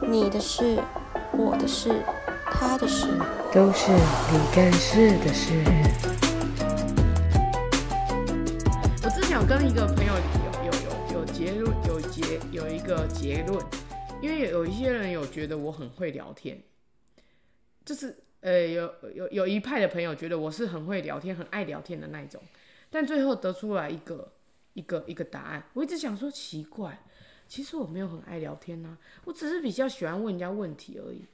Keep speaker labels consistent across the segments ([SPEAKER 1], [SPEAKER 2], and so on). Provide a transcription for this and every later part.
[SPEAKER 1] 你的事、我的事、他的事。
[SPEAKER 2] 都是你干事的事。
[SPEAKER 3] 我之前有跟一个朋友有有有有结论，有结有一个结论，因为有有一些人有觉得我很会聊天，就是呃有有有一派的朋友觉得我是很会聊天、很爱聊天的那一种，但最后得出来一个一个一个答案，我一直想说奇怪，其实我没有很爱聊天呐、啊我只是比较喜欢问人家问题而已。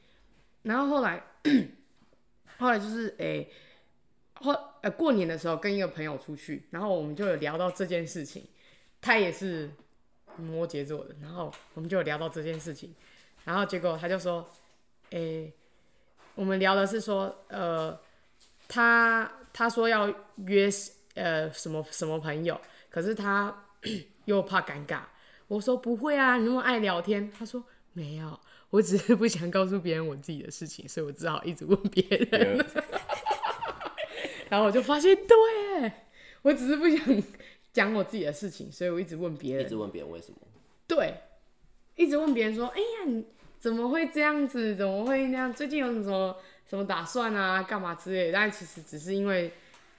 [SPEAKER 3] 然后后来后来就是诶。后呃过年的时候跟一个朋友出去，然后我们就有聊到这件事情，他也是摩羯座的，然后我们就有聊到这件事情，然后结果他就说，诶、我们聊的是说，呃，他他说要约呃什么什么朋友，可是他 又怕尴尬，我说不会啊，你那么爱聊天，他说没有。我只是不想告诉别人我自己的事情，所以我只好一直问别人。
[SPEAKER 4] 啊
[SPEAKER 3] 然后我就发现，对耶，我只是不想讲我自己的事情，所以我一直问别
[SPEAKER 4] 一
[SPEAKER 3] 人
[SPEAKER 4] 直。问别人为什么，
[SPEAKER 3] 对，一直问别人说：“哎呀，你怎么会这样子？怎么会那样？最近有什么什么打算啊？干嘛之类的？”但其实只是因为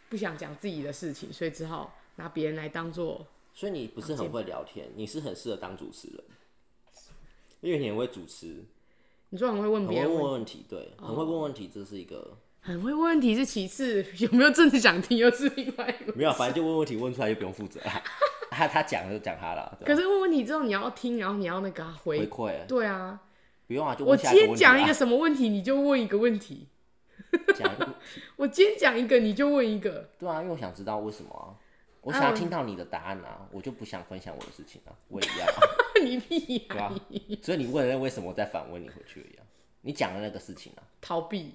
[SPEAKER 3] 不想讲自己的事情，所以只好拿别人来当做
[SPEAKER 4] 所以你不是很会聊天，你是很适合当主持人，因为你很会主持，
[SPEAKER 3] 你说很会问
[SPEAKER 4] 很
[SPEAKER 3] 别
[SPEAKER 4] 会
[SPEAKER 3] 人问哦
[SPEAKER 4] 问问题，对，很会问问题，这是一个
[SPEAKER 3] 很会问问题是其次，有没有真的想听又是另外一个。
[SPEAKER 4] 没有，反正就问问题，问出来就不用 负责啦。他他讲就讲他了，对
[SPEAKER 3] 可
[SPEAKER 4] 吧
[SPEAKER 3] 是问问题之后你要听，然后你要那个啊回。
[SPEAKER 4] 回馈
[SPEAKER 3] 对啊，
[SPEAKER 4] 不用啊，就
[SPEAKER 3] 我
[SPEAKER 4] 问
[SPEAKER 3] 今
[SPEAKER 4] 下一个
[SPEAKER 3] 天
[SPEAKER 4] 问题
[SPEAKER 3] 讲一
[SPEAKER 4] 啊
[SPEAKER 3] 个什么问题，你就问一个问题；
[SPEAKER 4] 讲一个，
[SPEAKER 3] 我今天讲一个，你就问一个。
[SPEAKER 4] 对啊，因为我想知道为什么啊，我
[SPEAKER 3] 啊
[SPEAKER 4] 想要
[SPEAKER 3] 我
[SPEAKER 4] 听到你的答案啊，我就不想分享我的事情啊，我也一样啊，
[SPEAKER 3] 你屁呀、
[SPEAKER 4] 对啊吧？ 所以你问了为什么，我再反问你回去一样，你讲的那个事情啊，
[SPEAKER 3] 逃避。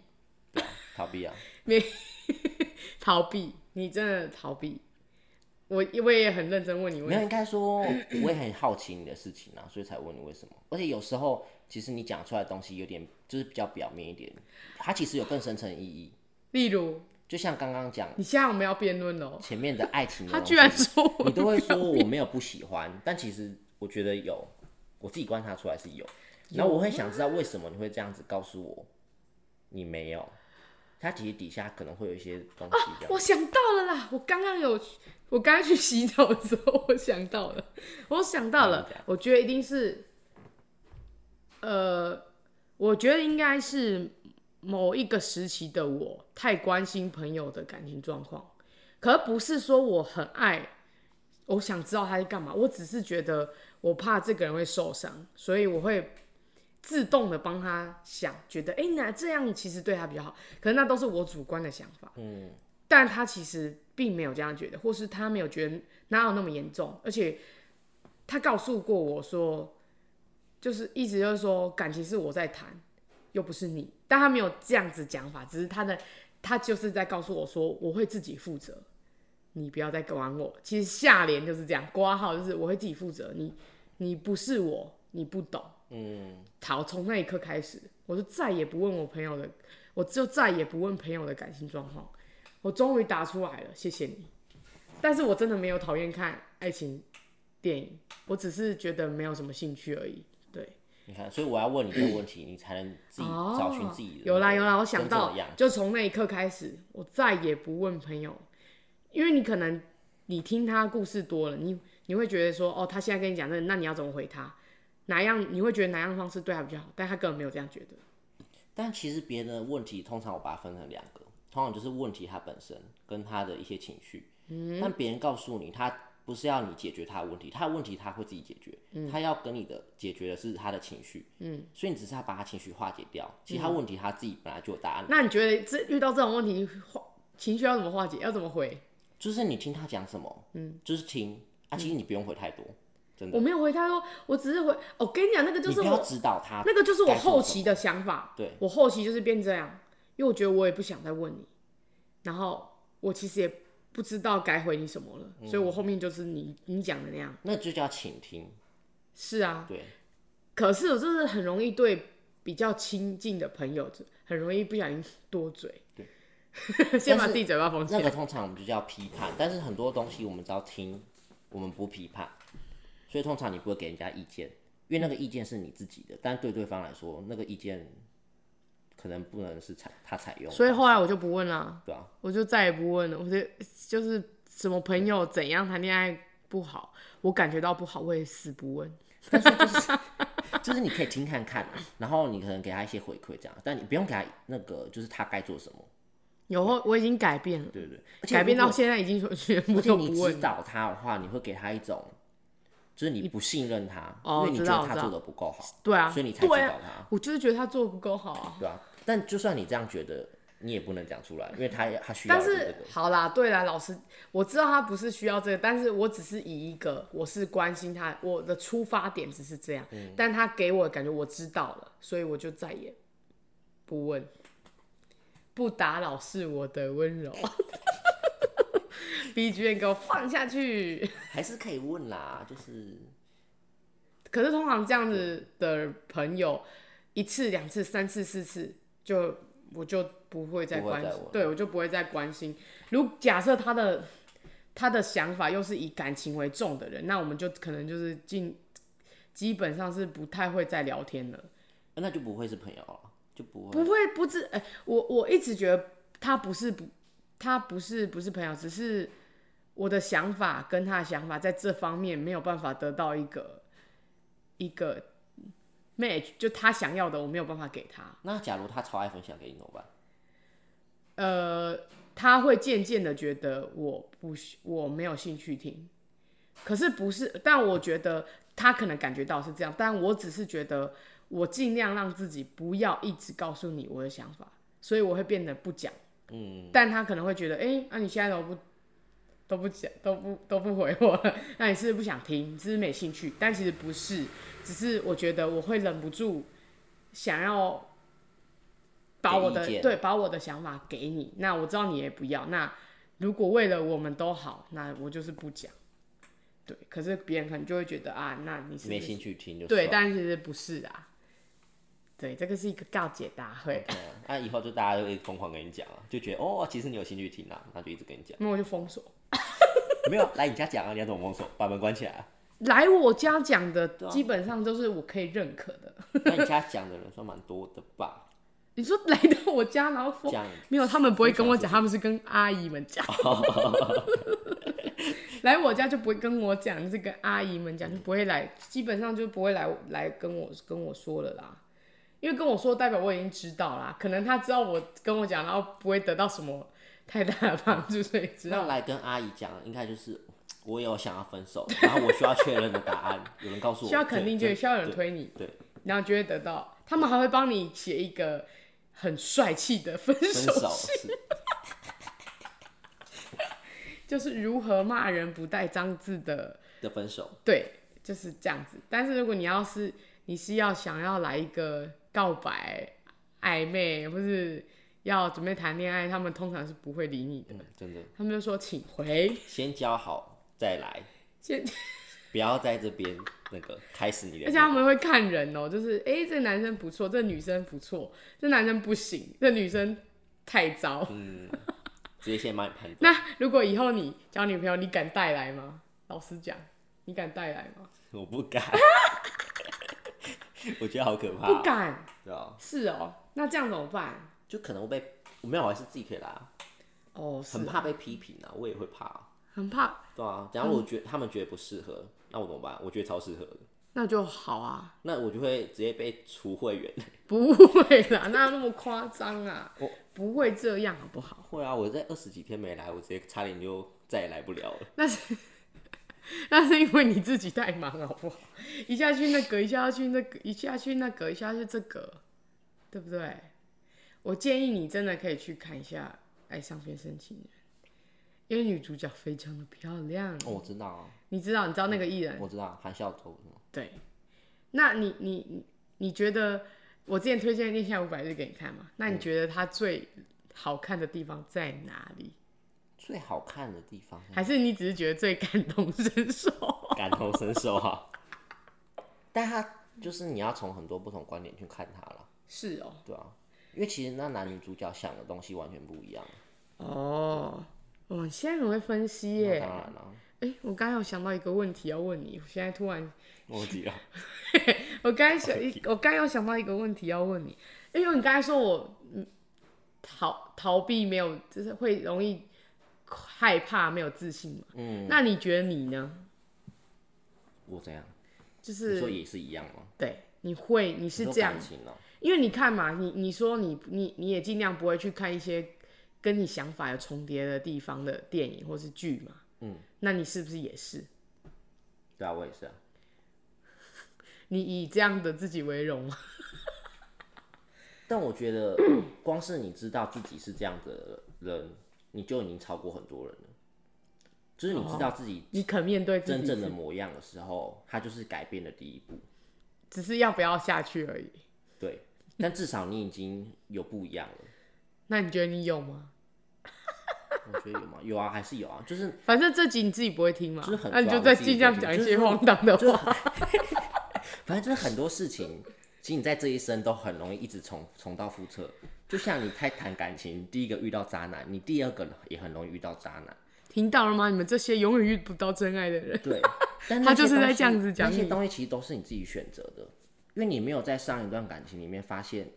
[SPEAKER 4] 对啊，逃避啊，
[SPEAKER 3] 逃避，你真的逃避。我我也很认真问你
[SPEAKER 4] 没有，
[SPEAKER 3] 问
[SPEAKER 4] 应
[SPEAKER 3] 题，
[SPEAKER 4] 该说我也很好奇你的事情啊，所以才问你为什么。而且有时候其实你讲出来的东西有点就是比较表面一点，它其实有更深层意义。
[SPEAKER 3] 例如
[SPEAKER 4] 就像刚刚讲
[SPEAKER 3] 你现在我们要辩论了，
[SPEAKER 4] 前面的爱情的
[SPEAKER 3] 他
[SPEAKER 4] 东西，
[SPEAKER 3] 居然说我
[SPEAKER 4] 你都会说我没有不喜欢，但其实我觉得有，我自己观察出来是有。然后我会想知道为什么你会这样子告诉我，你没有。它其实底下可能会有一些东西这样。
[SPEAKER 3] 啊我想到了啦，我刚刚有，我刚刚去洗澡的时候，我想到了，我想到了
[SPEAKER 4] 好你讲，
[SPEAKER 3] 我觉得一定是，呃，我觉得应该是某一个时期的我太关心朋友的感情状况，可不是说我很爱，我想知道他在干嘛，我只是觉得我怕这个人会受伤，所以我会自动的帮他想，觉得哎、诶那这样其实对他比较好。可是那都是我主观的想法，嗯，但他其实并没有这样觉得，或是他没有觉得哪有那么严重，而且他告诉过我说，就是意思就是说感情是我在谈，又不是你，但他没有这样子讲法，只是他的他就是在告诉我说我会自己负责。你不要再管我。其实下联就是这样，挂号就是我会自己负责。你你不是我，你不懂。
[SPEAKER 4] 嗯，
[SPEAKER 3] 好，从那一刻开始，我就再也不问我朋友的，我就再也不问朋友的感情状况。我终于答出来了，谢谢你。但是我真的没有讨厌看爱情电影，我只是觉得没有什么兴趣而已。对，
[SPEAKER 4] 你看，所以我要问你这个问题，你才能自己找寻自己的。
[SPEAKER 3] 哦有啦有啦，我想到
[SPEAKER 4] 一样，
[SPEAKER 3] 就从那一刻开始，我再也不问朋友，因为你可能你听他故事多了，你你会觉得说，哦，他现在跟你讲这个，那你要怎么回他？哪样你会觉得哪样方式对他比较好？但他根本没有这样觉得。
[SPEAKER 4] 但其实别人的问题，通常我把它分成两个，通常就是问题它本身跟他的一些情绪。嗯，但别人告诉你，他不是要你解决他的问题，他的问题他会自己解决，
[SPEAKER 3] 嗯
[SPEAKER 4] 他要跟你的解决的是他的情绪。嗯，所以你只是要把他情绪化解掉，其他问题他自己本来就有答案。
[SPEAKER 3] 嗯那你觉得这遇到这种问题，化情绪要怎么化解？要怎么回？
[SPEAKER 4] 就是你听他讲什么，嗯，就是听啊，其实你不用回太多，真的
[SPEAKER 3] 我，没有回他说，我只是回。我、跟你讲，那个就
[SPEAKER 4] 你
[SPEAKER 3] 是
[SPEAKER 4] 不要
[SPEAKER 3] 我，
[SPEAKER 4] 指导他，
[SPEAKER 3] 那个就是我
[SPEAKER 4] 该做
[SPEAKER 3] 后
[SPEAKER 4] 什么
[SPEAKER 3] 期的想法。
[SPEAKER 4] 对
[SPEAKER 3] 我后期就是变这样，因为我觉得我也不想再问你，然后我其实也不知道该回你什么
[SPEAKER 4] 嗯
[SPEAKER 3] 了，所以我后面就是你你讲的那样。
[SPEAKER 4] 那就叫倾听，
[SPEAKER 3] 是啊，
[SPEAKER 4] 对，
[SPEAKER 3] 可是我真的很容易对比较亲近的朋友，很容易不小心多嘴。对， 先把
[SPEAKER 4] 但是
[SPEAKER 3] 自己嘴巴封起
[SPEAKER 4] 那
[SPEAKER 3] 来。
[SPEAKER 4] 个通常我们就叫批判，但是很多东西我们只要听，我们不批判，所以通常你不会给人家意见，因为那个意见是你自己的，但对对方来说，那个意见可能不能是采他采用的方式，
[SPEAKER 3] 所以后来我就不问啦，
[SPEAKER 4] 对啊，
[SPEAKER 3] 我就再也不问了。我就就是什么朋友怎样谈恋爱不好，我感觉到不好，我也死不问。
[SPEAKER 4] 但是就是就是你可以听看看、啊，然后你可能给他一些回馈这样，但你不用给他那个就是他该做什么，
[SPEAKER 3] 有后我已经改变了，
[SPEAKER 4] 对不对？而且
[SPEAKER 3] 改变
[SPEAKER 4] 如果
[SPEAKER 3] 到现在已经全部
[SPEAKER 4] 而且
[SPEAKER 3] 都
[SPEAKER 4] 你
[SPEAKER 3] 不
[SPEAKER 4] 指
[SPEAKER 3] 问了。
[SPEAKER 4] 导他的话，你会给他一种，就是你不信任他，
[SPEAKER 3] 哦
[SPEAKER 4] 因为你觉
[SPEAKER 3] 知道
[SPEAKER 4] 得他
[SPEAKER 3] 知道
[SPEAKER 4] 做的不够好，
[SPEAKER 3] 对啊，
[SPEAKER 4] 所以你才指
[SPEAKER 3] 对
[SPEAKER 4] 导
[SPEAKER 3] 啊，
[SPEAKER 4] 他，
[SPEAKER 3] 我就是觉得他做的不够好啊。
[SPEAKER 4] 对啊。但就算你这样觉得，你也不能讲出来，因为他他需要
[SPEAKER 3] 但
[SPEAKER 4] 的这
[SPEAKER 3] 是
[SPEAKER 4] 个，
[SPEAKER 3] 好啦，对啦，老师，我知道他不是需要这个，但是我只是以一个我是关心他，我的出发点只是这样，
[SPEAKER 4] 嗯
[SPEAKER 3] 但他给我的感觉我知道了，所以我就再也不问，不打扰是我的温柔。B G M 给我放下去。
[SPEAKER 4] 还是可以问啦，就是
[SPEAKER 3] 可是通常这样子的朋友，一次、两次、三次、四次，就我就不会再
[SPEAKER 4] 不会
[SPEAKER 3] 关
[SPEAKER 4] 再
[SPEAKER 3] 心，
[SPEAKER 4] 问
[SPEAKER 3] 对我就不会再关心。如假设他的他的想法又是以感情为重的人，那我们就可能就是进基本上是不太会再聊天了，
[SPEAKER 4] 那就不会是朋友了，就不
[SPEAKER 3] 不
[SPEAKER 4] 会。
[SPEAKER 3] 会不知哎、我我一直觉得他不是不他不是不是朋友，只是我的想法跟他的想法在这方面没有办法得到一个一个 match，就他想要的我没有办法给他。
[SPEAKER 4] 那假如他超爱分享给你怎么办？
[SPEAKER 3] 呃，他会渐渐的觉得我不喜我没有兴趣听，可是不是？但我觉得他可能感觉到是这样，但我只是觉得我尽量让自己不要一直告诉你我的想法，所以我会变得不讲。嗯，但他可能会觉得，哎、那、你现在都不都不讲，都不都不回我了，那你是不是不想听，你是不是没兴趣？但其实不是，只是我觉得我会忍不住想要把我的
[SPEAKER 4] 给意见
[SPEAKER 3] 对把我的想法给你。那我知道你也不要，那如果为了我们都好，那我就是不讲。对，可是别人可能就会觉得啊，那你是不
[SPEAKER 4] 没
[SPEAKER 3] 是
[SPEAKER 4] 兴趣听就
[SPEAKER 3] 对，
[SPEAKER 4] 算了
[SPEAKER 3] 但其实不是啊。对，这个是一个告解大会，
[SPEAKER 4] 对啊那以后就大家就会疯狂跟你讲啊，就觉得哦，其实你有兴趣听啊，那就一直跟你讲。
[SPEAKER 3] 那我就封锁。
[SPEAKER 4] 没有来你家讲啊，你要怎么封锁？把门关起来、啊。
[SPEAKER 3] 来我家讲的
[SPEAKER 4] 啊
[SPEAKER 3] 基本上都是我可以认可的。
[SPEAKER 4] 那你家讲的人算蛮多的吧？
[SPEAKER 3] 你说来到我家，然后封
[SPEAKER 4] 讲
[SPEAKER 3] 没有，他们不会跟我讲，
[SPEAKER 4] 分享自己
[SPEAKER 3] 他们是跟阿姨们 讲。来我家就不会跟我讲，是跟阿姨们讲，就不会来，基本上就不会来来跟我跟我说了啦。因为跟我说代表我已经知道啦，可能他知道我跟我讲，然后不会得到什么太大的帮助，所以知道
[SPEAKER 4] 那来跟阿姨讲，应该就是我有想要分手，然后我需要确认的答案，有人告诉我
[SPEAKER 3] 需要肯定，就
[SPEAKER 4] 对
[SPEAKER 3] 需要有人
[SPEAKER 4] 对
[SPEAKER 3] 推你，
[SPEAKER 4] 对
[SPEAKER 3] 然后就会得到。他们还会帮你写一个很帅气的分
[SPEAKER 4] 分
[SPEAKER 3] 手
[SPEAKER 4] 手
[SPEAKER 3] 信，
[SPEAKER 4] 是
[SPEAKER 3] 就是如何骂人不带脏字的，
[SPEAKER 4] 的分手，
[SPEAKER 3] 对，就是这样子。但是如果你要是你是要想要来一个告白、暧昧，或是要准备谈恋爱，他们通常是不会理你的，
[SPEAKER 4] 嗯，真的
[SPEAKER 3] 他们就说请回，
[SPEAKER 4] 先教好再来，
[SPEAKER 3] 先
[SPEAKER 4] 不要在这边那个开始你的
[SPEAKER 3] 而且他们会看人哦、就是哎、诶这男生不错，这女生不错，这男生不行，这女生太糟。
[SPEAKER 4] 嗯直接先把你判断。
[SPEAKER 3] 那如果以后你交女朋友，你敢带来吗？老实讲，你敢带来吗？
[SPEAKER 4] 我不敢， 我觉得好可怕、
[SPEAKER 3] 不，敢，
[SPEAKER 4] 对啊，
[SPEAKER 3] 是哦、那这样怎么办？
[SPEAKER 4] 就可能会被我没有，我还是自己可以啦，
[SPEAKER 3] 哦，是
[SPEAKER 4] 很怕被批评啊，我也会怕、啊，
[SPEAKER 3] 很怕，
[SPEAKER 4] 对啊，假如我
[SPEAKER 3] 嗯
[SPEAKER 4] 觉得他们觉得不适合，那我怎么办？我觉得超适合的。
[SPEAKER 3] 那就好啊，
[SPEAKER 4] 那我就会直接被除会员。
[SPEAKER 3] 不会啦，那那么夸张啊
[SPEAKER 4] 我，
[SPEAKER 3] 不会这样好不好？
[SPEAKER 4] 会啊，我在二十几天没来，我直接差点就再也来不了了。
[SPEAKER 3] 那是那是因为你自己太忙好不好？一下去那个，一下去那个，一下去那个，一下去这个，对不对？我建议你真的可以去看一下《爱上变身情人》，因为女主角非常的漂亮。
[SPEAKER 4] 哦我知道啊，
[SPEAKER 3] 你知道，你知道那个艺人
[SPEAKER 4] 我知道韩孝周是吗
[SPEAKER 3] 对，那你你你你觉得我之前推荐《恋下五百日》给你看嘛？
[SPEAKER 4] 嗯
[SPEAKER 3] 那你觉得它最好看的地方在哪里？
[SPEAKER 4] 最好看的地方是
[SPEAKER 3] 还是你只是觉得最感同身受？
[SPEAKER 4] 感同身受啊。 但他就是你要从很多不同观点去看他了，
[SPEAKER 3] 是哦，
[SPEAKER 4] 对啊，因为其实那男女主角想的东西完全不一样。
[SPEAKER 3] 哦，我现在很会分析
[SPEAKER 4] 那
[SPEAKER 3] 耶，
[SPEAKER 4] 嗯当然了、
[SPEAKER 3] 哎、我刚刚有想到一个问题要问你，我现在突然
[SPEAKER 4] 忘 记了，
[SPEAKER 3] 我刚才想，我刚有想到一个问题要问你，因为你刚才说我嗯逃逃避没有，就是会容易害怕没有自信嘛。嗯，那你觉得你呢？
[SPEAKER 4] 我怎样？
[SPEAKER 3] 就
[SPEAKER 4] 你说
[SPEAKER 3] 是
[SPEAKER 4] 也是一样吗？
[SPEAKER 3] 对，你会你是
[SPEAKER 4] 你说
[SPEAKER 3] 这样
[SPEAKER 4] 感，情哦、
[SPEAKER 3] 因为你看嘛，你你说你你你也尽量不会去看一些跟你想法有重叠的地方的电影或是剧嘛。
[SPEAKER 4] 嗯，
[SPEAKER 3] 那你是不是也是？
[SPEAKER 4] 对啊，我也是啊。
[SPEAKER 3] 你以这样的自己为荣吗？
[SPEAKER 4] 但我觉 得，光是你知道自己是这样的人，你就已经超过很多人了。就是你知道自己
[SPEAKER 3] 你肯面对自己
[SPEAKER 4] 真正的
[SPEAKER 3] 是，
[SPEAKER 4] 模样的时候，它就是改变的第一步。
[SPEAKER 3] 只是要不要下去而已。
[SPEAKER 4] 对，但至少你已经有不一样了。
[SPEAKER 3] 那你觉得你有吗？
[SPEAKER 4] 我觉得有吗？有啊，还是有啊，就是
[SPEAKER 3] 反正这集你自己不会听嘛
[SPEAKER 4] 就是，很
[SPEAKER 3] 那你
[SPEAKER 4] 抓
[SPEAKER 3] 就
[SPEAKER 4] 不
[SPEAKER 3] 再
[SPEAKER 4] 住
[SPEAKER 3] 尽
[SPEAKER 4] 的
[SPEAKER 3] 量
[SPEAKER 4] 地
[SPEAKER 3] 讲一
[SPEAKER 4] 就是
[SPEAKER 3] 些
[SPEAKER 4] 说
[SPEAKER 3] 荒唐的
[SPEAKER 4] 就
[SPEAKER 3] 话。
[SPEAKER 4] 反正就是很多事情，其实你在这一生都很容易一直重重蹈覆辙。就像你在谈感情，第一个遇到渣男，你第二个也很容易遇到渣男。
[SPEAKER 3] 听到了吗？你们这些永远遇不到真爱的人，
[SPEAKER 4] 对，但
[SPEAKER 3] 他
[SPEAKER 4] 那些
[SPEAKER 3] 就是
[SPEAKER 4] 东
[SPEAKER 3] 在
[SPEAKER 4] 西
[SPEAKER 3] 这样子讲
[SPEAKER 4] 那些
[SPEAKER 3] 你
[SPEAKER 4] 东西其实都是你自己选择的，因为你没有在上一段感情里面发现，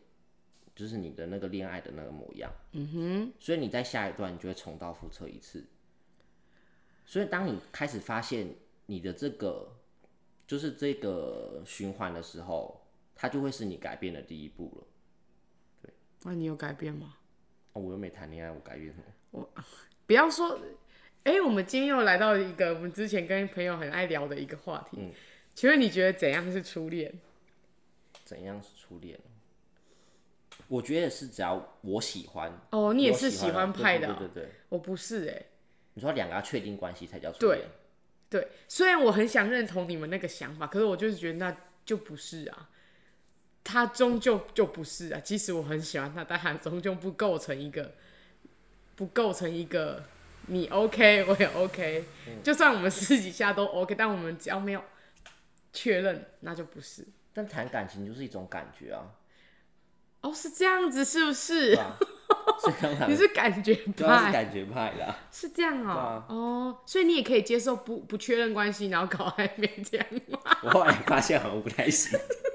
[SPEAKER 4] 就是你的那个恋爱的那个模样。嗯哼，所以你在下一段你就会重蹈覆辙一次。所以当你开始发现你的这个就是这个循环的时候，它就会是你改变的第一步了。
[SPEAKER 3] 那你有改变吗？
[SPEAKER 4] 哦，我又没谈恋爱，我改变什么？
[SPEAKER 3] 不要说，哎、我们今天又来到一个我们之前跟朋友很爱聊的一个话
[SPEAKER 4] 嗯
[SPEAKER 3] 题。请问你觉得怎样是初恋？
[SPEAKER 4] 怎样是初恋？我觉得是只要我喜欢，
[SPEAKER 3] 哦，你也是
[SPEAKER 4] 我
[SPEAKER 3] 喜
[SPEAKER 4] 欢啊
[SPEAKER 3] 欢派的哦、
[SPEAKER 4] 对对对对对。
[SPEAKER 3] 我不是哎、
[SPEAKER 4] 你说两个要确定关系才叫初恋，
[SPEAKER 3] 对，虽然我很想认同你们那个想法，可是我就是觉得那就不是啊，他终究就不是啊。即使我很喜欢他，但他终究不构成一个，不构成一个你 OK 我也 OK，、就
[SPEAKER 4] 嗯
[SPEAKER 3] 算我们私底下都 OK，但我们只要没有确认，那就不是。
[SPEAKER 4] 但谈感情就是一种感觉 啊，
[SPEAKER 3] 哦，是这样子，是不是
[SPEAKER 4] 对？吧？是刚才
[SPEAKER 3] 你是感觉
[SPEAKER 4] 对啊，是
[SPEAKER 3] 派，
[SPEAKER 4] 感觉派的啊、
[SPEAKER 3] 是这样哦、
[SPEAKER 4] 啊
[SPEAKER 3] 哦，所以你也可以接受不不确认关系，然后搞暧昧这样吗？
[SPEAKER 4] 我后来发现好像不太行，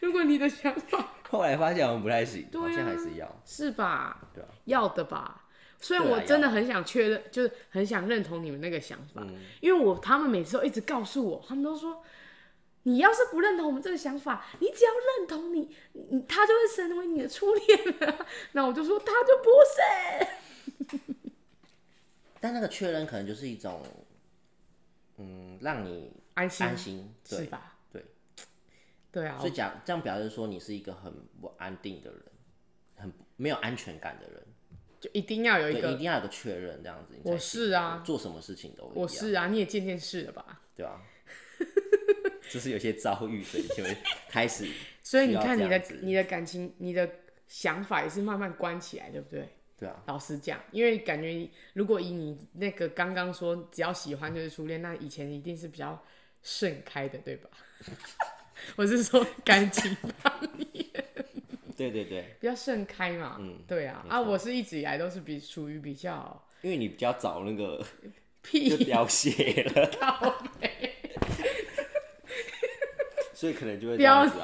[SPEAKER 3] 如果你的想法
[SPEAKER 4] 后来发现好像不太行，
[SPEAKER 3] 对啊
[SPEAKER 4] 好像还是要
[SPEAKER 3] 是吧？
[SPEAKER 4] 对啊啊
[SPEAKER 3] 要的吧。所以
[SPEAKER 4] 对啊
[SPEAKER 3] 我真的很想确认，就是很想认同你们那个想法，
[SPEAKER 4] 嗯
[SPEAKER 3] 因为我他们每次都一直告诉我，他们都说，你要是不认同我们这个想法，你只要认同你，你他就会成为你的初恋了。那我就说他就不是，
[SPEAKER 4] 但那个确认可能就是一种，嗯，让你
[SPEAKER 3] 安心
[SPEAKER 4] 安心，对
[SPEAKER 3] 是吧？
[SPEAKER 4] 对，
[SPEAKER 3] 对啊
[SPEAKER 4] 所，以讲这样表示说你是一个很不安定的人，很没有安全感的人，
[SPEAKER 3] 就一定要有一
[SPEAKER 4] 对，一
[SPEAKER 3] 个，
[SPEAKER 4] 定要有个确认这样子。你才
[SPEAKER 3] 我
[SPEAKER 4] 行
[SPEAKER 3] 是啊
[SPEAKER 4] 对做什么事情都一样
[SPEAKER 3] 我是啊，你也见见识了吧？
[SPEAKER 4] 对啊， 就是有些遭遇，所以就会开始
[SPEAKER 3] 所以你
[SPEAKER 4] 需要
[SPEAKER 3] 看
[SPEAKER 4] 这
[SPEAKER 3] 你的
[SPEAKER 4] 样子
[SPEAKER 3] 你的感情，你的想法也是慢慢关起来，对不对？
[SPEAKER 4] 对啊，
[SPEAKER 3] 老实讲，因为感觉你如果以你那个刚刚说只要喜欢就是初恋，那以前一定是比较盛开的，对吧？ 我是说感情
[SPEAKER 4] 对对对，
[SPEAKER 3] 比较盛开嘛，嗯，对啊，啊，我是一直以来都是比属于比较
[SPEAKER 4] 因为你比较早 那个就
[SPEAKER 3] 屁，
[SPEAKER 4] 凋谢了， 所以可能就会这样子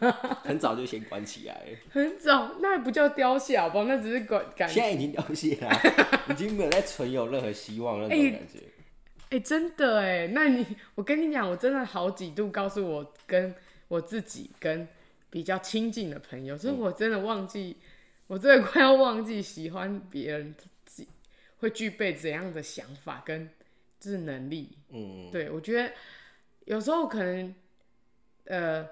[SPEAKER 4] 啊，很早就先关起来了，
[SPEAKER 3] 很早，那不叫凋谢好不好？那只是感感
[SPEAKER 4] 现在已经凋谢 了啊，已经没有再存有任何希望那
[SPEAKER 3] 哎
[SPEAKER 4] 种感觉。
[SPEAKER 3] 哎、真的哎，那你我跟你讲，我真的好几度告诉我跟我自己跟比较亲近的朋友，就是我真的忘记，我真的快要忘记喜欢别人自己会具备怎样的想法跟就是能力。
[SPEAKER 4] 嗯，
[SPEAKER 3] 对我觉得有时候可能呃，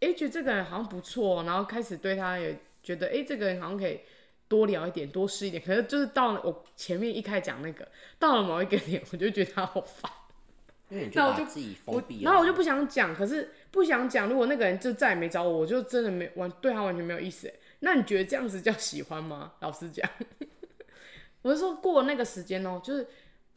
[SPEAKER 3] 哎、觉得这个人好像不错哦，然后开始对他也觉得，哎、这个人好像可以多聊一点，多试一点。可是就是到了我前面一开始讲那个，到了某一个点，我就觉得他好烦，
[SPEAKER 4] 因为你就
[SPEAKER 3] 那我
[SPEAKER 4] 把
[SPEAKER 3] 就
[SPEAKER 4] 自己封
[SPEAKER 3] 我
[SPEAKER 4] 闭了，
[SPEAKER 3] 然后我就不想讲。可是不想讲，如果那个人就再也没找我，我就真的没完对他完全没有意思。哎那你觉得这样子叫喜欢吗？老实讲， 我是说过了那个时间哦、就是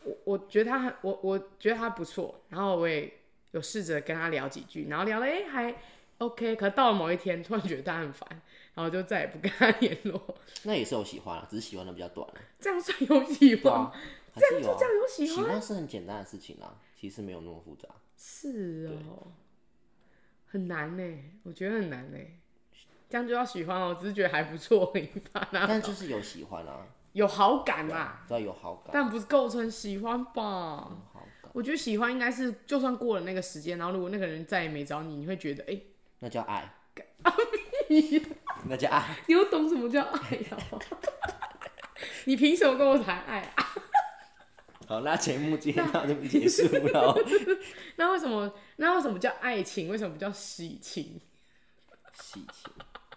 [SPEAKER 3] 我我觉得他很我我觉得他不错，然后我也有试着跟他聊几句，然后聊了哎、诶还 OK，可到了某一天突然觉得他很烦，然后就再也不跟他联络，
[SPEAKER 4] 那也是有喜欢啊，只是喜欢的比较短啊。
[SPEAKER 3] 这样算有喜
[SPEAKER 4] 对
[SPEAKER 3] 欢吗？
[SPEAKER 4] 啊，还是有、啊、
[SPEAKER 3] 这样有喜
[SPEAKER 4] 喜
[SPEAKER 3] 欢啊
[SPEAKER 4] 欢是很简单的事情啊，其实没有那么复杂。
[SPEAKER 3] 是哦，很难呢、我觉得很难呢、这样就要喜欢哦，只是觉得还不错，你把它
[SPEAKER 4] 但就是有喜欢啊，
[SPEAKER 3] 有好感啦，
[SPEAKER 4] 只要有好感，
[SPEAKER 3] 但不是构成喜欢吧？
[SPEAKER 4] 有好感
[SPEAKER 3] 我觉得喜欢应该是，就算过了那个时间，然后如果那个人再也没找你，你会觉得，哎、
[SPEAKER 4] 那叫爱，那叫爱，
[SPEAKER 3] 你又懂什么叫爱了？哦 你凭什么跟我谈爱啊？
[SPEAKER 4] 好，那节目今天到这边结束 了哦。
[SPEAKER 3] 那为什么？那为什么叫爱情？为什么不叫喜情？
[SPEAKER 4] 喜情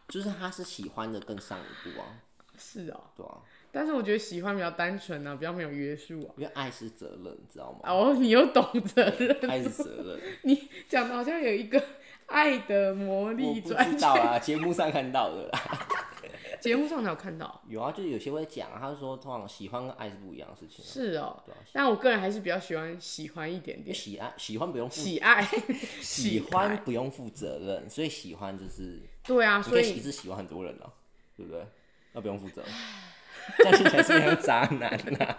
[SPEAKER 4] 就是他是喜欢的更上一步啊，
[SPEAKER 3] 是哦，
[SPEAKER 4] 对啊，
[SPEAKER 3] 但是我觉得喜欢比较单纯啊，比较没有约束啊。
[SPEAKER 4] 因为爱是责任，你知道吗？
[SPEAKER 3] 哦，你又懂责任，
[SPEAKER 4] 爱是 责任，
[SPEAKER 3] 你讲的好像有一个爱的魔
[SPEAKER 4] 我
[SPEAKER 3] 力
[SPEAKER 4] 不
[SPEAKER 3] 专
[SPEAKER 4] 知
[SPEAKER 3] 家，
[SPEAKER 4] 道啊，节目上看到的啦。
[SPEAKER 3] 节目上才有看到。
[SPEAKER 4] 有啊，就有些会讲啊，他说通常喜欢跟爱是不一样的事情啊、
[SPEAKER 3] 是哦
[SPEAKER 4] 对啊，
[SPEAKER 3] 但我个人还是比较喜欢喜欢一点点，
[SPEAKER 4] 喜爱喜欢不用负
[SPEAKER 3] 喜爱，
[SPEAKER 4] 喜
[SPEAKER 3] 爱
[SPEAKER 4] 欢不用负责任，所以喜欢就是
[SPEAKER 3] 对啊，
[SPEAKER 4] 你
[SPEAKER 3] 所
[SPEAKER 4] 可以
[SPEAKER 3] 以
[SPEAKER 4] 一直喜欢很多人啊，对不对？那不用负责， 这样听起来是像渣男 啊。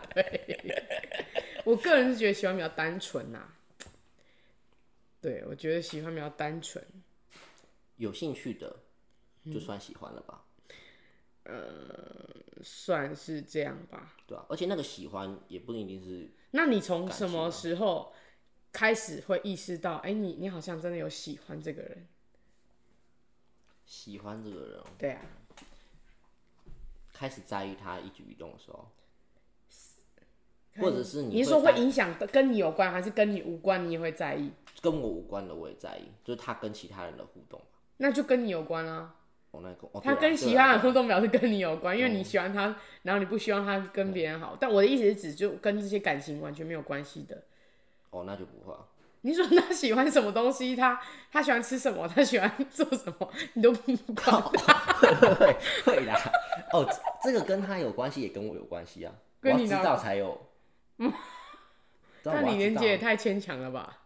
[SPEAKER 3] 我个人是觉得喜欢比较单纯呐、对，我觉得喜欢比较单纯。
[SPEAKER 4] 有兴趣的就算喜欢了吧，
[SPEAKER 3] 算是这样吧。
[SPEAKER 4] 对啊，而且那个喜欢也不一定是
[SPEAKER 3] 那你从什么时候开始会意识到，哎、你你好像真的有喜欢这个人？
[SPEAKER 4] 喜欢这个人哦，
[SPEAKER 3] 对啊，
[SPEAKER 4] 开始在意他一举一动的时候，或者是你
[SPEAKER 3] 你是说
[SPEAKER 4] 发
[SPEAKER 3] 会影响跟你有关，还是跟你无关，你也会在意？
[SPEAKER 4] 跟我无关的我也在意，就是他跟其他人的互动。
[SPEAKER 3] 那就跟你有关啊。
[SPEAKER 4] 哦，那个哦，
[SPEAKER 3] 他
[SPEAKER 4] 对啊哦
[SPEAKER 3] 跟其他人互，
[SPEAKER 4] 对啊
[SPEAKER 3] 动表示跟你有关，因为你喜欢他，然后你不希望他跟别人
[SPEAKER 4] 嗯
[SPEAKER 3] 好。但我的意思是指，就跟这些感情完全没有关系的。
[SPEAKER 4] 对啊哦，那就不会啊。
[SPEAKER 3] 你说他喜欢什么东西，他他喜欢吃什么，他喜欢 做什么，你都不管 他。
[SPEAKER 4] 会 会啦。哦，这这个跟他有关系，也跟我有关系啊。我
[SPEAKER 3] 跟
[SPEAKER 4] 要
[SPEAKER 3] 你
[SPEAKER 4] 知
[SPEAKER 3] 哪有
[SPEAKER 4] 道 才有。知道啊
[SPEAKER 3] 那
[SPEAKER 4] 我要
[SPEAKER 3] 你连
[SPEAKER 4] 知道
[SPEAKER 3] 姐也太牵强了吧？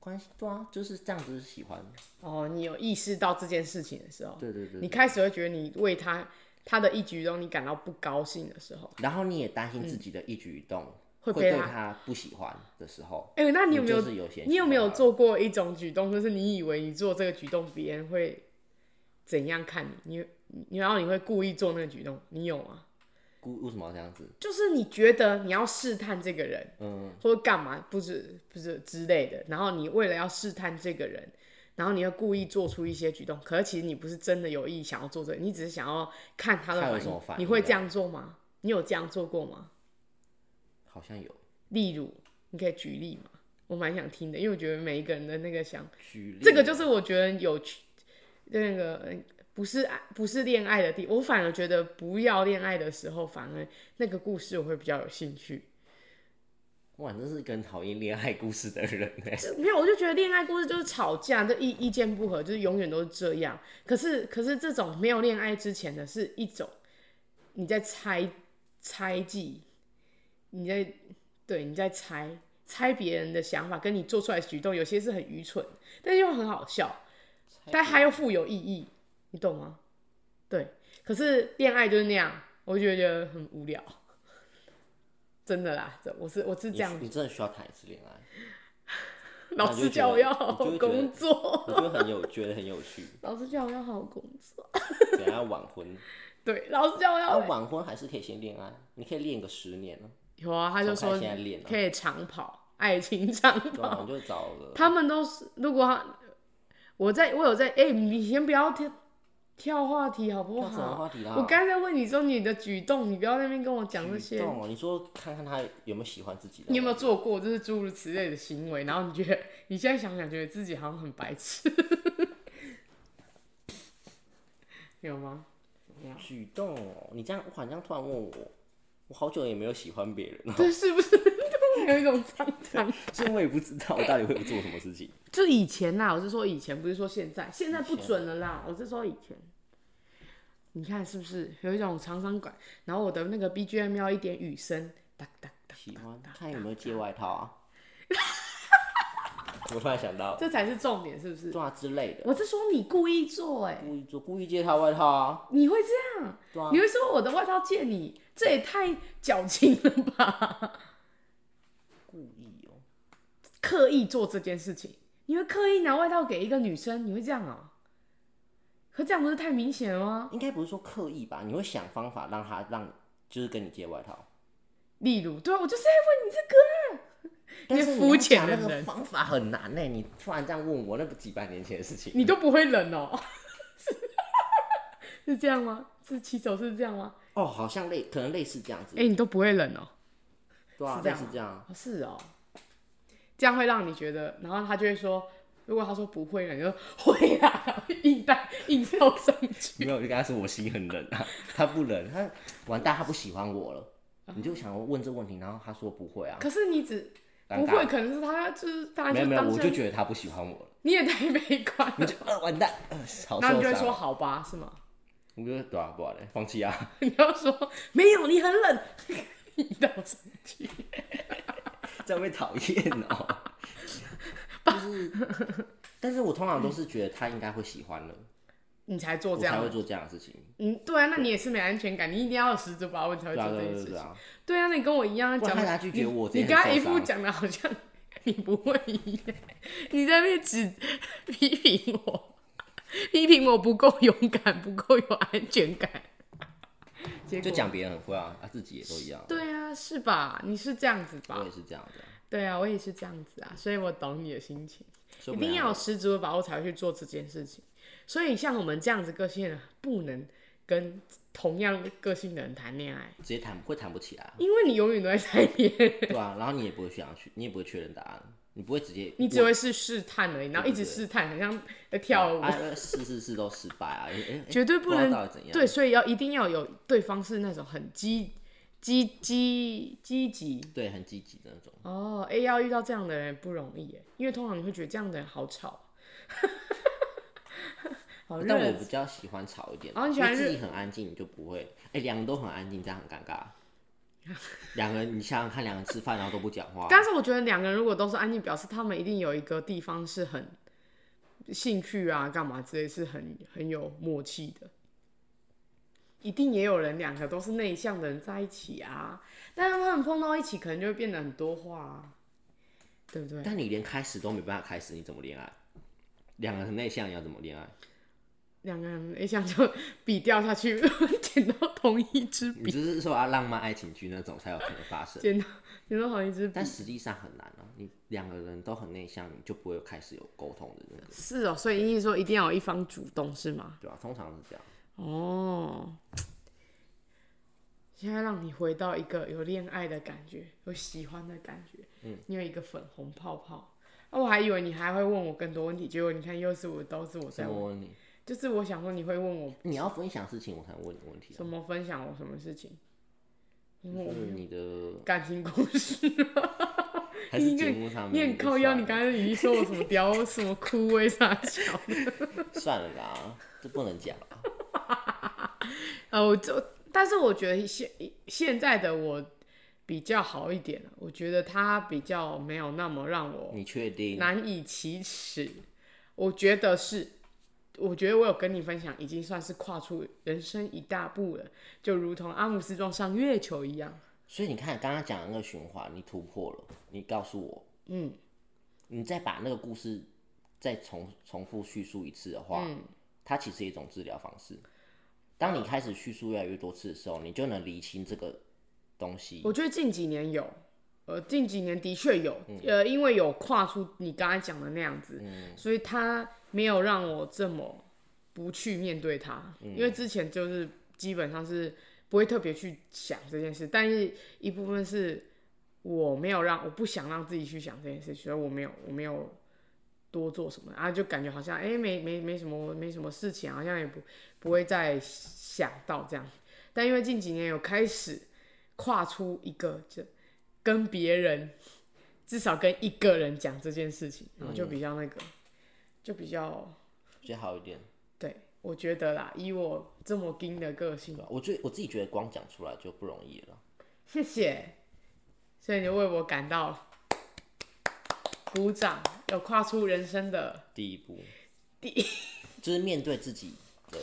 [SPEAKER 4] 关系对啊，就是这样子喜欢。
[SPEAKER 3] 哦，你有意识到这件事情的时候，
[SPEAKER 4] 对对对
[SPEAKER 3] 你开始会觉得你为他他的一举一动你感到不高兴的时候，
[SPEAKER 4] 然后你也担心自己的一举一动、
[SPEAKER 3] 嗯会被
[SPEAKER 4] 对
[SPEAKER 3] 他
[SPEAKER 4] 他不喜欢的时候。
[SPEAKER 3] 哎、那你有没有
[SPEAKER 4] 你就是有嫌弃
[SPEAKER 3] 你有没有
[SPEAKER 4] 他
[SPEAKER 3] 做过一种举动，就是你以为你做这个举动别人会怎样看你？你你然后你会故意做那个举动，你有吗？
[SPEAKER 4] 故为什么要这样子？
[SPEAKER 3] 就是你觉得你要试探这个人，
[SPEAKER 4] 嗯，
[SPEAKER 3] 或者干嘛，不是不是之类的。然后你为了要试探这个人，然后你会故意做出一些举动，可是其实你不是真的有意想要做这个，你只是想要看他的
[SPEAKER 4] 看有
[SPEAKER 3] 反
[SPEAKER 4] 什么
[SPEAKER 3] 应。
[SPEAKER 4] 反
[SPEAKER 3] 你
[SPEAKER 4] 应
[SPEAKER 3] 会
[SPEAKER 4] 啊
[SPEAKER 3] 这样做吗？你有这样做过吗？
[SPEAKER 4] 好像有
[SPEAKER 3] 例如，你可以举例吗？我蛮想听的，因为我觉得每一个人的那个想，
[SPEAKER 4] 举例，
[SPEAKER 3] 这个就是我觉得有趣，那个嗯不是爱，不是恋爱的地，我反而觉得不要恋爱的时候，反而那个故事我会比较有兴趣。
[SPEAKER 4] 哇，你真是一个很讨厌恋爱故事的人哎、
[SPEAKER 3] 没有，我就觉得恋爱故事就是吵架，就意意见不合，就是永远都是这样。可是，可是这种没有恋爱之前的是一种你在猜猜忌，你在对你在猜猜别人的想法，跟你做出来的举动，有些是很愚蠢，但是又很好笑，但它又富有意义，你懂吗？对，可是恋爱就是那样，我就觉得很无聊。真的啦，这我是我是这
[SPEAKER 4] 你
[SPEAKER 3] 样
[SPEAKER 4] 你真的需要谈一次恋 爱，
[SPEAKER 3] 老师叫我要好好工作，
[SPEAKER 4] 我觉得很有，觉得很有趣。
[SPEAKER 3] 老师叫我要好好工作，
[SPEAKER 4] 等下 晚婚，
[SPEAKER 3] 对，老师叫我
[SPEAKER 4] 啊，
[SPEAKER 3] 要
[SPEAKER 4] 晚婚还是可以先恋爱，你可以练个十年呢、
[SPEAKER 3] 有啊，他就
[SPEAKER 4] 从
[SPEAKER 3] 说
[SPEAKER 4] 开现在练啊
[SPEAKER 3] 可以长跑，爱情长
[SPEAKER 4] 对啊，
[SPEAKER 3] 跑
[SPEAKER 4] 你，就找了。
[SPEAKER 3] 他们都是如果他我在我有在，哎、你先不要跳跳话题好不
[SPEAKER 4] 跳什么
[SPEAKER 3] 好
[SPEAKER 4] 话？题啦？啊
[SPEAKER 3] 我刚才问你说你的举动，你不要在那边跟我讲
[SPEAKER 4] 举
[SPEAKER 3] 这些，
[SPEAKER 4] 动哦，你说看看他有没有喜欢自己的？
[SPEAKER 3] 你有没有？做过就是诸如此类的行为？然后你觉得你现在想想，觉得自己好像很白 痴，有吗？
[SPEAKER 4] 举动哦，你这样哇，你这样突然问我，我好久也没有喜欢别人了，
[SPEAKER 3] 对，是不是 突然有一种脏脏？
[SPEAKER 4] 所以我也不知道我到底会做什么事情。
[SPEAKER 3] 就以前啦，我是说以前，不是说现在，现在不准了啦，我是说以前。你看是不是有一种沧桑感？然后我的那个 BGM 要一点雨声，哒哒哒。
[SPEAKER 4] 喜欢看有没有借外套啊？我突然想到，
[SPEAKER 3] 这才是重点，是不是
[SPEAKER 4] 对？啊之类的，
[SPEAKER 3] 我是说你故意做、欸，哎，
[SPEAKER 4] 故意做，故意借他外套啊，
[SPEAKER 3] 你会这样？
[SPEAKER 4] 对啊
[SPEAKER 3] 你，会说我的外套借你，这也太矫情了吧？
[SPEAKER 4] 故意哦，
[SPEAKER 3] 刻意做这件事情，你会刻意拿外套给一个女生，你会这样啊、可这样不是太明显了吗？
[SPEAKER 4] 应该不是说刻意吧？你会想方法让他让，就是跟你借外套，
[SPEAKER 3] 例如，对啊，我就是在问你这个啊、
[SPEAKER 4] 但
[SPEAKER 3] 你
[SPEAKER 4] 是
[SPEAKER 3] 肤浅
[SPEAKER 4] 你
[SPEAKER 3] 的
[SPEAKER 4] 要讲那个
[SPEAKER 3] 人，
[SPEAKER 4] 方法很难呢、你突然这样问我，那不几百年前的事情，
[SPEAKER 3] 你都不会冷哦、 是是这样吗？是骑手是这样吗？
[SPEAKER 4] 哦，好像类可能类似这样子，
[SPEAKER 3] 哎、你都不会冷哦、
[SPEAKER 4] 对啊，
[SPEAKER 3] 是这
[SPEAKER 4] 类
[SPEAKER 3] 样
[SPEAKER 4] 似
[SPEAKER 3] 吗
[SPEAKER 4] 这样，
[SPEAKER 3] 哦是哦，这样会让你觉得，然后他就会说，如果他说不会了，你就说会啊，硬带硬套上去。
[SPEAKER 4] 没有，我就跟他说我心很冷啊， 他不冷，他完蛋，他不喜欢我了。你就想问这问题，然后他说不会啊，
[SPEAKER 3] 可是你只
[SPEAKER 4] 尴
[SPEAKER 3] 不
[SPEAKER 4] 尬
[SPEAKER 3] 会，可能是他就是他
[SPEAKER 4] 没有
[SPEAKER 3] 就
[SPEAKER 4] 没有，
[SPEAKER 3] 当
[SPEAKER 4] 我
[SPEAKER 3] 下
[SPEAKER 4] 就觉得他不喜欢我了，
[SPEAKER 3] 你也太悲观
[SPEAKER 4] 我
[SPEAKER 3] 了，
[SPEAKER 4] 就呃完蛋，呃好
[SPEAKER 3] 那你
[SPEAKER 4] 受
[SPEAKER 3] 就会说
[SPEAKER 4] 伤。
[SPEAKER 3] 好吧，是吗？
[SPEAKER 4] 我觉得对啊，不好嘞，放弃 啊，
[SPEAKER 3] 你要说没有，你很冷， 硬套上去。
[SPEAKER 4] 这样会讨厌哦。 就是，但是我通常都是觉得他应该会喜欢了，
[SPEAKER 3] 你才做
[SPEAKER 4] 我
[SPEAKER 3] 这样
[SPEAKER 4] 才
[SPEAKER 3] 的，
[SPEAKER 4] 会做这样的事情。
[SPEAKER 3] 嗯，对啊，那你也是没安全感，你一定要有十足把握你才会
[SPEAKER 4] 对啊
[SPEAKER 3] 做这
[SPEAKER 4] 对
[SPEAKER 3] 件
[SPEAKER 4] 对
[SPEAKER 3] 事
[SPEAKER 4] 对
[SPEAKER 3] 情。
[SPEAKER 4] 啊，
[SPEAKER 3] 对啊，那你跟我一样
[SPEAKER 4] 不
[SPEAKER 3] 讲
[SPEAKER 4] 然
[SPEAKER 3] 的，
[SPEAKER 4] 他拿拒绝我
[SPEAKER 3] 你
[SPEAKER 4] 直接
[SPEAKER 3] 你刚
[SPEAKER 4] 很
[SPEAKER 3] 才一
[SPEAKER 4] 受伤
[SPEAKER 3] 副讲的好像你不会一样，你在那边指批评我，批评我不够勇敢，不够有安全感。结
[SPEAKER 4] 就
[SPEAKER 3] 果
[SPEAKER 4] 讲别人很会啊，他自己也都一样。
[SPEAKER 3] 对啊，是吧？你是这样子
[SPEAKER 4] 我
[SPEAKER 3] 吧
[SPEAKER 4] 也？是这样的，
[SPEAKER 3] 对啊，我也是这样子啊，所以我懂你的心情，
[SPEAKER 4] 所
[SPEAKER 3] 一
[SPEAKER 4] 以我们
[SPEAKER 3] 定要
[SPEAKER 4] 两
[SPEAKER 3] 有
[SPEAKER 4] 个
[SPEAKER 3] 十足的把握才会去做这件事情。所以像我们这样子个性的人，不能跟同样个性的人谈恋爱，
[SPEAKER 4] 直接谈会谈不起来啊。
[SPEAKER 3] 因为你永远都在猜别人。
[SPEAKER 4] 对啊，然后你也不会想要去，你也不会确认答案，你不会直接，
[SPEAKER 3] 你只会是试探而已，然后一直
[SPEAKER 4] 对对
[SPEAKER 3] 试探，很像在跳舞，
[SPEAKER 4] 啊，试试试都失败啊，哎哎哎
[SPEAKER 3] 绝对
[SPEAKER 4] 不
[SPEAKER 3] 不
[SPEAKER 4] 知道
[SPEAKER 3] 能
[SPEAKER 4] 到底怎样
[SPEAKER 3] 对，所以要一定要有对方是那种很积积积积极
[SPEAKER 4] 对，很积极的那种。
[SPEAKER 3] 哦，哎、要遇到这样的人不容易耶，因为通常你会觉得这样的人好吵， 好
[SPEAKER 4] 哦但我
[SPEAKER 3] 热
[SPEAKER 4] 比较喜欢吵一点，
[SPEAKER 3] 哦你喜
[SPEAKER 4] 因为
[SPEAKER 3] 欢
[SPEAKER 4] 自己
[SPEAKER 3] 热
[SPEAKER 4] 很安静，你就不会，哎，两个都很安静，这样很尴 尬。两个人，你想想看，两个人吃饭然后都不讲话，
[SPEAKER 3] 但是我觉得两个人如果都是安静，表示他们一定有一个地方是很兴趣啊、干嘛之类是很很有默契的。一定也有人两个都是内向的人在一起啊，但是他们碰到一起，可能就会变得很多话、啊，对不对？
[SPEAKER 4] 但你连开始都没办法开始，你怎么恋爱？两个人很内向，你要怎么恋爱？
[SPEAKER 3] 两个人哎内 向就笔掉下去，捡到同一支
[SPEAKER 4] 你
[SPEAKER 3] 笔，
[SPEAKER 4] 就是说啊，浪漫爱情剧那种才有可能发生，
[SPEAKER 3] 捡到捡到同一支笔
[SPEAKER 4] 但。实际上很难啊。你两个人都很内向，你就不会有开始有沟通的那个，
[SPEAKER 3] 是哦，所以意思说一定要有一方主动是吗？
[SPEAKER 4] 对吧、啊通常是这样。
[SPEAKER 3] 哦，现在让你回到一个有恋爱的感觉，有喜欢的感觉，嗯，你有一个粉红泡泡。啊，我还以为你还会问我更多问题，结果你看又是我，都是我
[SPEAKER 4] 什
[SPEAKER 3] 在
[SPEAKER 4] 么
[SPEAKER 3] 问。
[SPEAKER 4] 问你？
[SPEAKER 3] 就是我想说你会问我
[SPEAKER 4] 你要分享事情，我才问你问题、啊。
[SPEAKER 3] 什么分享我什么事情，
[SPEAKER 4] 就是你的
[SPEAKER 3] 感情故事吗？
[SPEAKER 4] 还是节目上面？
[SPEAKER 3] 你
[SPEAKER 4] 啊
[SPEAKER 3] 很靠腰，你刚才已经说我什么屌 什么枯萎啥小的。
[SPEAKER 4] 算了啦，这不能讲啊。
[SPEAKER 3] 呃，我就，但是我觉得现现在的我比较好一点了，我觉得他比较没有那么让我
[SPEAKER 4] 你确定？
[SPEAKER 3] 难以启齿。我觉得是，我觉得我有跟你分享，已经算是跨出人生一大步了，就如同阿姆斯壮上月球一样。
[SPEAKER 4] 所以你看，刚刚讲的那个循环，你突破了，你告诉我，
[SPEAKER 3] 嗯，
[SPEAKER 4] 你再把那个故事再重重复叙述一次的话，
[SPEAKER 3] 嗯
[SPEAKER 4] 它其实也是一种治疗方式。当你开始叙述越来越多次的时候，你就能厘清这个东西。
[SPEAKER 3] 我觉得近几年有，呃，近几年的确有，呃，因为有跨出你刚才讲的那样子，所以他没有让我这么不去面对他，因为之前就是基本上是不会特别去想这件事，但是一部分是我没有让我不想让自己去想这件事，所以我没有我没有多做什么啊，就感觉好像哎、没没没什么没什么事情，好像也不不会再想到这样。但因为近几年有开始跨出一个，就跟别人至少跟一个人讲这件事情，然后
[SPEAKER 4] 嗯
[SPEAKER 3] 就比较那个，就比较
[SPEAKER 4] 比较好一点。
[SPEAKER 3] 对我觉得啦，以我这么硬的个性
[SPEAKER 4] 对，吧我最我自己觉得光讲出来就不容易了。
[SPEAKER 3] 谢谢，所以你为我感到鼓掌，有跨出人生的
[SPEAKER 4] 第一步，
[SPEAKER 3] 第 一，
[SPEAKER 4] 就是面对自己的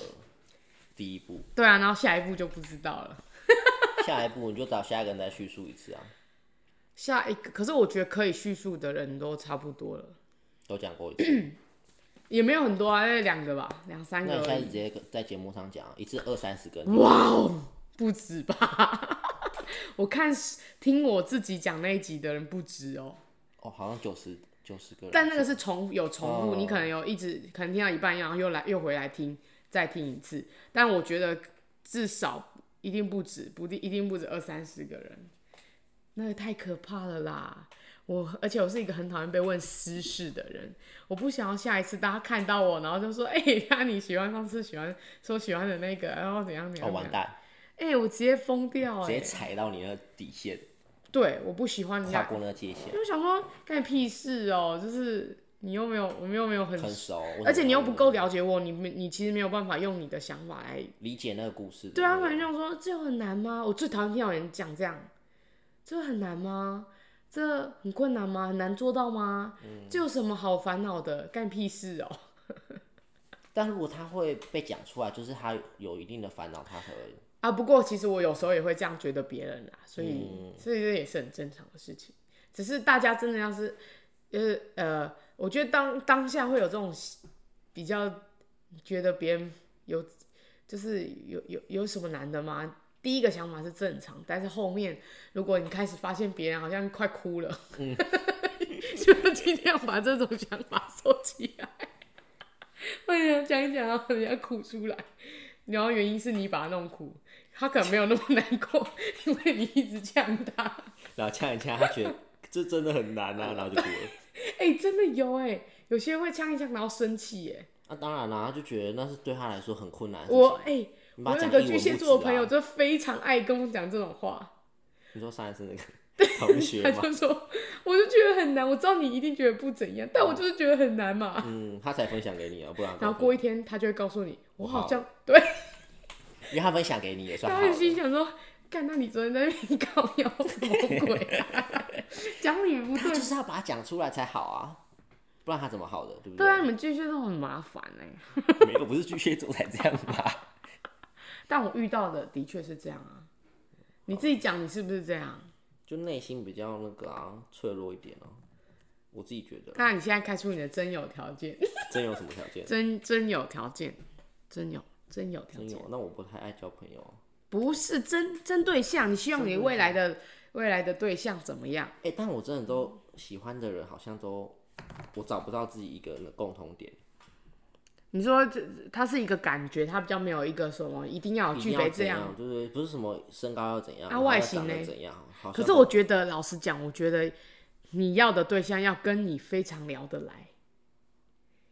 [SPEAKER 4] 第一步。
[SPEAKER 3] 对啊，然后下一步就不知道了。
[SPEAKER 4] 下一步你就找下一个人再叙述一次啊，
[SPEAKER 3] 下一个，可是我觉得可以叙述的人都差不多了，
[SPEAKER 4] 都讲过一次。
[SPEAKER 3] 也没有很多啊，大概两个吧，两三
[SPEAKER 4] 那
[SPEAKER 3] 个
[SPEAKER 4] 你
[SPEAKER 3] 而
[SPEAKER 4] 下次直
[SPEAKER 3] 已。
[SPEAKER 4] 接在节目上讲，一次二三十个人。
[SPEAKER 3] 哇哦，不止吧？ 我看是听我自己讲那一集的人不止哦，
[SPEAKER 4] 哦，好像九十九十个人。
[SPEAKER 3] 但那个是重有重复，
[SPEAKER 4] 哦
[SPEAKER 3] 你可能有一直可能听到一半，然后又来又回来听再听一次，但我觉得至少一定不止，不定一定不止二三十个人，那个太可怕了啦！我而且我是一个很讨厌被问私事的人，我不想要下一次大家看到我，然后就说：“哎、那你喜欢上次喜欢说喜欢的那个，然后怎样怎样。怎
[SPEAKER 4] 哦，
[SPEAKER 3] 样
[SPEAKER 4] 完蛋，
[SPEAKER 3] 哎、我直接疯掉、
[SPEAKER 4] 直接
[SPEAKER 3] 哎，
[SPEAKER 4] 踩到你那个底线，
[SPEAKER 3] 对，我不喜欢人
[SPEAKER 4] 跨
[SPEAKER 3] 家，
[SPEAKER 4] 过那个界限
[SPEAKER 3] 因为。我想说干你屁事哦、就是你又没有，我们又没有很
[SPEAKER 4] 很熟，为什么
[SPEAKER 3] 而且你又不够
[SPEAKER 4] 会
[SPEAKER 3] 了解我，你没你其实没有办法用你的想法来。
[SPEAKER 4] 理解那个故事。
[SPEAKER 3] 对啊，可能就想说这有很难吗？我最讨厌听到有人讲这样，这很难吗？这很困难吗？很难做到吗？
[SPEAKER 4] 嗯
[SPEAKER 3] 这有什么好烦恼的？干屁事哦、
[SPEAKER 4] 但如果他会被讲出来，就是他有一定的烦恼，他才会
[SPEAKER 3] 啊，不过其实我有时候也会这样觉得别人啦，所以、所以这也是很正常的事情。只是大家真的要是，就是呃，我觉得当当下会有这种比较觉得别人有，就是有有有什么难的吗？第一个想法是正常，但是后面如果你开始发现别人好像快哭了， 就尽量把这种想法收起来。 我想讲一讲，然后人家哭出来。然后原因是你把他弄哭，他可能没有那么难过， 因为你一直呛他。
[SPEAKER 4] 然后呛一呛，他觉得这真的很难啊，然后就哭了。
[SPEAKER 3] 哎、真的有哎、有些人会呛一呛，然后生气哎、
[SPEAKER 4] 那、啊当然啦、他就觉得那是对他来说很困难的事情。
[SPEAKER 3] 我哎、
[SPEAKER 4] 你把
[SPEAKER 3] 我
[SPEAKER 4] 它
[SPEAKER 3] 有一
[SPEAKER 4] 讲
[SPEAKER 3] 个
[SPEAKER 4] 一
[SPEAKER 3] 巨
[SPEAKER 4] 文
[SPEAKER 3] 蟹
[SPEAKER 4] 不
[SPEAKER 3] 座
[SPEAKER 4] 值
[SPEAKER 3] 的朋友
[SPEAKER 4] 啊
[SPEAKER 3] 就非常爱跟我讲这种话，
[SPEAKER 4] 你说上一次那个同学
[SPEAKER 3] 他
[SPEAKER 4] 嘛，
[SPEAKER 3] 就说，我就觉得很难，我知道你一定觉得不怎样，但我就是觉得很难嘛。
[SPEAKER 4] 嗯，他才分享给你啊，不然
[SPEAKER 3] 然后过一天，他就会告诉你，我好像对，
[SPEAKER 4] 因为他分享给你也算
[SPEAKER 3] 他
[SPEAKER 4] 好
[SPEAKER 3] 会
[SPEAKER 4] 了。
[SPEAKER 3] 心想说，干，那你昨天在那边搞鸟什么鬼、啊？ 讲理不
[SPEAKER 4] 他
[SPEAKER 3] 对
[SPEAKER 4] 就是要把它讲出来才好啊，不然他怎么好的，对不
[SPEAKER 3] 对啊，你们巨蟹座很麻烦哎、
[SPEAKER 4] 没有，不是巨蟹座才这样吧？
[SPEAKER 3] 但我遇到的的确是这样啊。你自己讲，你是不是这样？
[SPEAKER 4] 就内心比较那个啊，脆弱一点哦、我自己觉得，
[SPEAKER 3] 那你现在开出你的真有条件，
[SPEAKER 4] 真有什么条件？
[SPEAKER 3] 真真有条件，真有真有条
[SPEAKER 4] 真
[SPEAKER 3] 件
[SPEAKER 4] 有，，啊那我不太爱交朋友啊。
[SPEAKER 3] 不是真真对象。你希望你未来的未来的对象怎么样？
[SPEAKER 4] 哎、但我真的都喜欢的人好像都，我找不到自己一个人的共同点，
[SPEAKER 3] 你说这他是一个感觉，他比较没有一个什么一定要有
[SPEAKER 4] 一
[SPEAKER 3] 具
[SPEAKER 4] 定要
[SPEAKER 3] 备哦这
[SPEAKER 4] 怎
[SPEAKER 3] 样。
[SPEAKER 4] 就是不是什么身高要怎样，
[SPEAKER 3] 啊
[SPEAKER 4] 然后
[SPEAKER 3] 外
[SPEAKER 4] 要
[SPEAKER 3] 形
[SPEAKER 4] 长得
[SPEAKER 3] 呢
[SPEAKER 4] 怎样，好像
[SPEAKER 3] 可是我觉得，老实讲，我觉得你要的对象要跟你非常聊得来，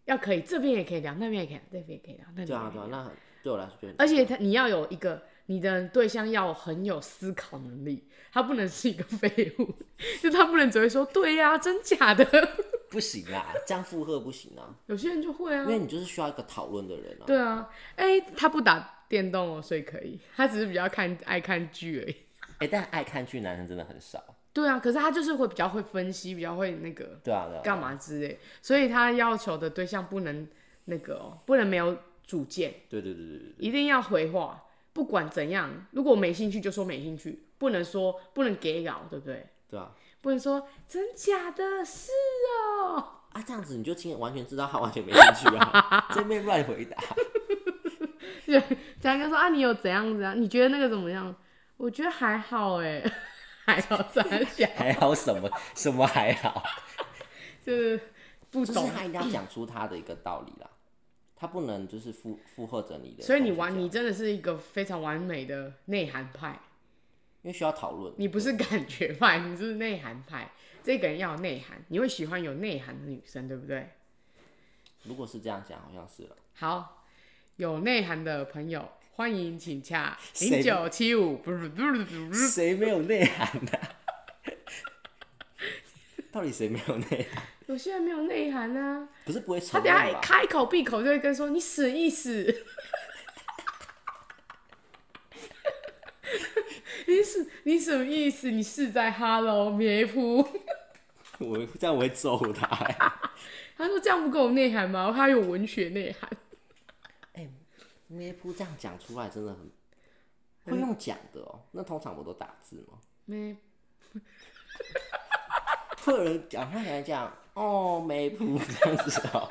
[SPEAKER 3] 要可以这边也可以聊，那边也可以聊，这边也可以聊，那边也
[SPEAKER 4] 对
[SPEAKER 3] 可
[SPEAKER 4] 啊
[SPEAKER 3] 以
[SPEAKER 4] 对
[SPEAKER 3] 聊
[SPEAKER 4] 啊，。那很对我来说就很
[SPEAKER 3] 而且他你要有一个你的对象要很有思考能力，他不能是一个废物， 就他不能只会说对呀、真假的。
[SPEAKER 4] 不行啊，这样负荷不行啊，
[SPEAKER 3] 有些人就会啊
[SPEAKER 4] 因，为你就是需要一个讨论的人啊。
[SPEAKER 3] 对啊，哎、他不打电动哦，所以可以，他只是比较看爱看剧而已。
[SPEAKER 4] 哎、但爱看剧男生真的很少。
[SPEAKER 3] 对啊，可是他就是会比较会分析，比较会那个
[SPEAKER 4] 对啊，对啊。
[SPEAKER 3] 干？嘛之类，所以他要求的对象不能那个哦，不能没有主见，
[SPEAKER 4] 对对对对对对。
[SPEAKER 3] 一定要回话，不管怎样，如果没兴趣就说没兴趣，不能说不能给稿，对不对？
[SPEAKER 4] 对啊。
[SPEAKER 3] 不能说真假的是哦，
[SPEAKER 4] 啊，这样子你就听完全知道他完全没兴趣啊， 这边乱回答。
[SPEAKER 3] 讲一个说啊，你有怎样怎样？你觉得那个怎么样？我觉得还好哎， 还好三小，
[SPEAKER 4] 还好什么什么还好，
[SPEAKER 3] 就是不
[SPEAKER 4] 就是
[SPEAKER 3] 懂。
[SPEAKER 4] 他一定要讲出他的一个道理啦，他不能就是附附和着你的东西讲。
[SPEAKER 3] 所以你完，你真的是一个非常完美的内涵派，
[SPEAKER 4] 因为需要讨论，
[SPEAKER 3] 你不是感觉派，你是内涵派。这个人要有内涵，你会喜欢有内涵的女生，对不对？
[SPEAKER 4] 如果是这样讲，好像是了。
[SPEAKER 3] 好，有内涵的朋友欢迎请洽零
[SPEAKER 4] 谁
[SPEAKER 3] 九七五，
[SPEAKER 4] 谁没有内涵呢、 到底谁没有内涵？
[SPEAKER 3] 有些人没有内涵啊。
[SPEAKER 4] 可是不会
[SPEAKER 3] 他
[SPEAKER 4] 承
[SPEAKER 3] 等下
[SPEAKER 4] 认
[SPEAKER 3] 一
[SPEAKER 4] 吧？
[SPEAKER 3] 开口闭口就会跟说你死一死， 你死你什么意思？你是在 Hello 咩噗？
[SPEAKER 4] 我这样我会揍他、欸。
[SPEAKER 3] 他说这样不够有内涵吗？他有文学内涵，
[SPEAKER 4] 咩噗这样讲出来真的很会用讲的哦。那通常我都打字吗？
[SPEAKER 3] 没
[SPEAKER 4] 会有人讲他来讲哦咩噗这样子 哦，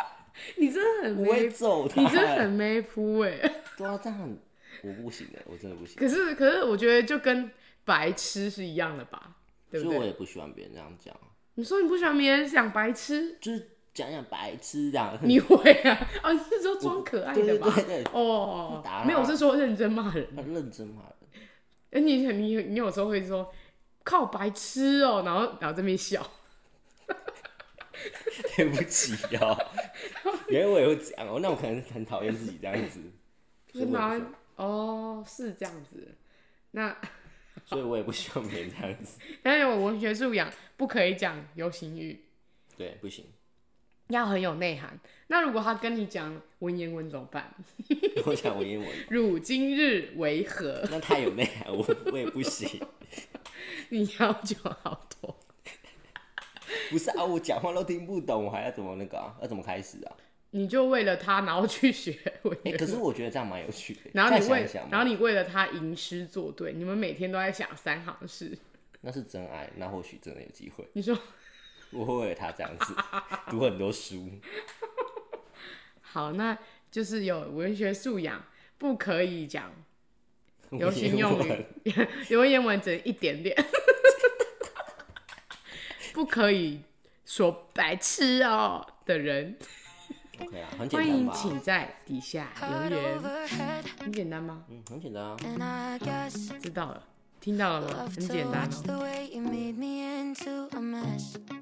[SPEAKER 3] 你真的很
[SPEAKER 4] 我会
[SPEAKER 3] 没，
[SPEAKER 4] 揍他。
[SPEAKER 3] 你真的很没铺哎、
[SPEAKER 4] 对啊，这样很我不行的，我真的不行。
[SPEAKER 3] 可是可是我觉得就跟白痴是一样的吧，对不
[SPEAKER 4] 所以我
[SPEAKER 3] 对？
[SPEAKER 4] 也不喜欢别人这样讲，
[SPEAKER 3] 你说你不喜欢别人讲白痴，
[SPEAKER 4] 就是讲讲白痴这样。
[SPEAKER 3] 你会啊？哦，你是说装可爱
[SPEAKER 4] 对
[SPEAKER 3] 的
[SPEAKER 4] 对
[SPEAKER 3] 吧？
[SPEAKER 4] 对对，
[SPEAKER 3] 哦
[SPEAKER 4] 打，扰
[SPEAKER 3] 没有，我是说认真骂人。
[SPEAKER 4] 很认真嘛。
[SPEAKER 3] 哎，你你你有时候会说靠白痴哦、然后然后这边笑，
[SPEAKER 4] 对不起 哦，原来我也会这样哦，那我可能很讨厌自己这样子，
[SPEAKER 3] 就是
[SPEAKER 4] 所以我也
[SPEAKER 3] 拿
[SPEAKER 4] 不喜欢
[SPEAKER 3] 哦是这样子。那
[SPEAKER 4] 所以我也不喜欢别人这样子，
[SPEAKER 3] 但是我文学素养不可以讲流行语，
[SPEAKER 4] 对，不行，
[SPEAKER 3] 要很有内涵。那如果他跟你讲文言文怎么办？
[SPEAKER 4] 我想文言文，
[SPEAKER 3] 汝今日为何？
[SPEAKER 4] 那太有内涵，我我也不行，
[SPEAKER 3] 你要求好多。
[SPEAKER 4] 不是啊，我讲话都听不懂，我还要怎么那个啊？要怎么开始 啊？
[SPEAKER 3] 你就为了他，然后去学文
[SPEAKER 4] 哎、
[SPEAKER 3] 言文，
[SPEAKER 4] 可是我觉得这样蛮有趣的，
[SPEAKER 3] 然后你
[SPEAKER 4] 再想
[SPEAKER 3] 为
[SPEAKER 4] 一想嘛，
[SPEAKER 3] 然后你为了他吟诗作对，你们每天都在想三行诗。
[SPEAKER 4] 那是真爱，那或许真的有机会，
[SPEAKER 3] 你说
[SPEAKER 4] 我会为了他这样子读很 多书，
[SPEAKER 3] 好，那就是有文学素养，不可以讲流
[SPEAKER 4] 文
[SPEAKER 3] 行
[SPEAKER 4] 言
[SPEAKER 3] 用
[SPEAKER 4] 文
[SPEAKER 3] 语，流言文只能一点点，不可以说白痴哦的人，
[SPEAKER 4] ，OK 啊，很简
[SPEAKER 3] 欢
[SPEAKER 4] 单
[SPEAKER 3] 迎
[SPEAKER 4] 吧？
[SPEAKER 3] 请在底下留言。
[SPEAKER 1] overhead,
[SPEAKER 3] 很简单吗？
[SPEAKER 4] 嗯，很简单啊，
[SPEAKER 1] and I guess
[SPEAKER 3] 知道了，听到了吗？
[SPEAKER 1] love
[SPEAKER 3] 很
[SPEAKER 1] to
[SPEAKER 3] 简单
[SPEAKER 1] watch
[SPEAKER 3] 哦。
[SPEAKER 1] the way you made me into a mess.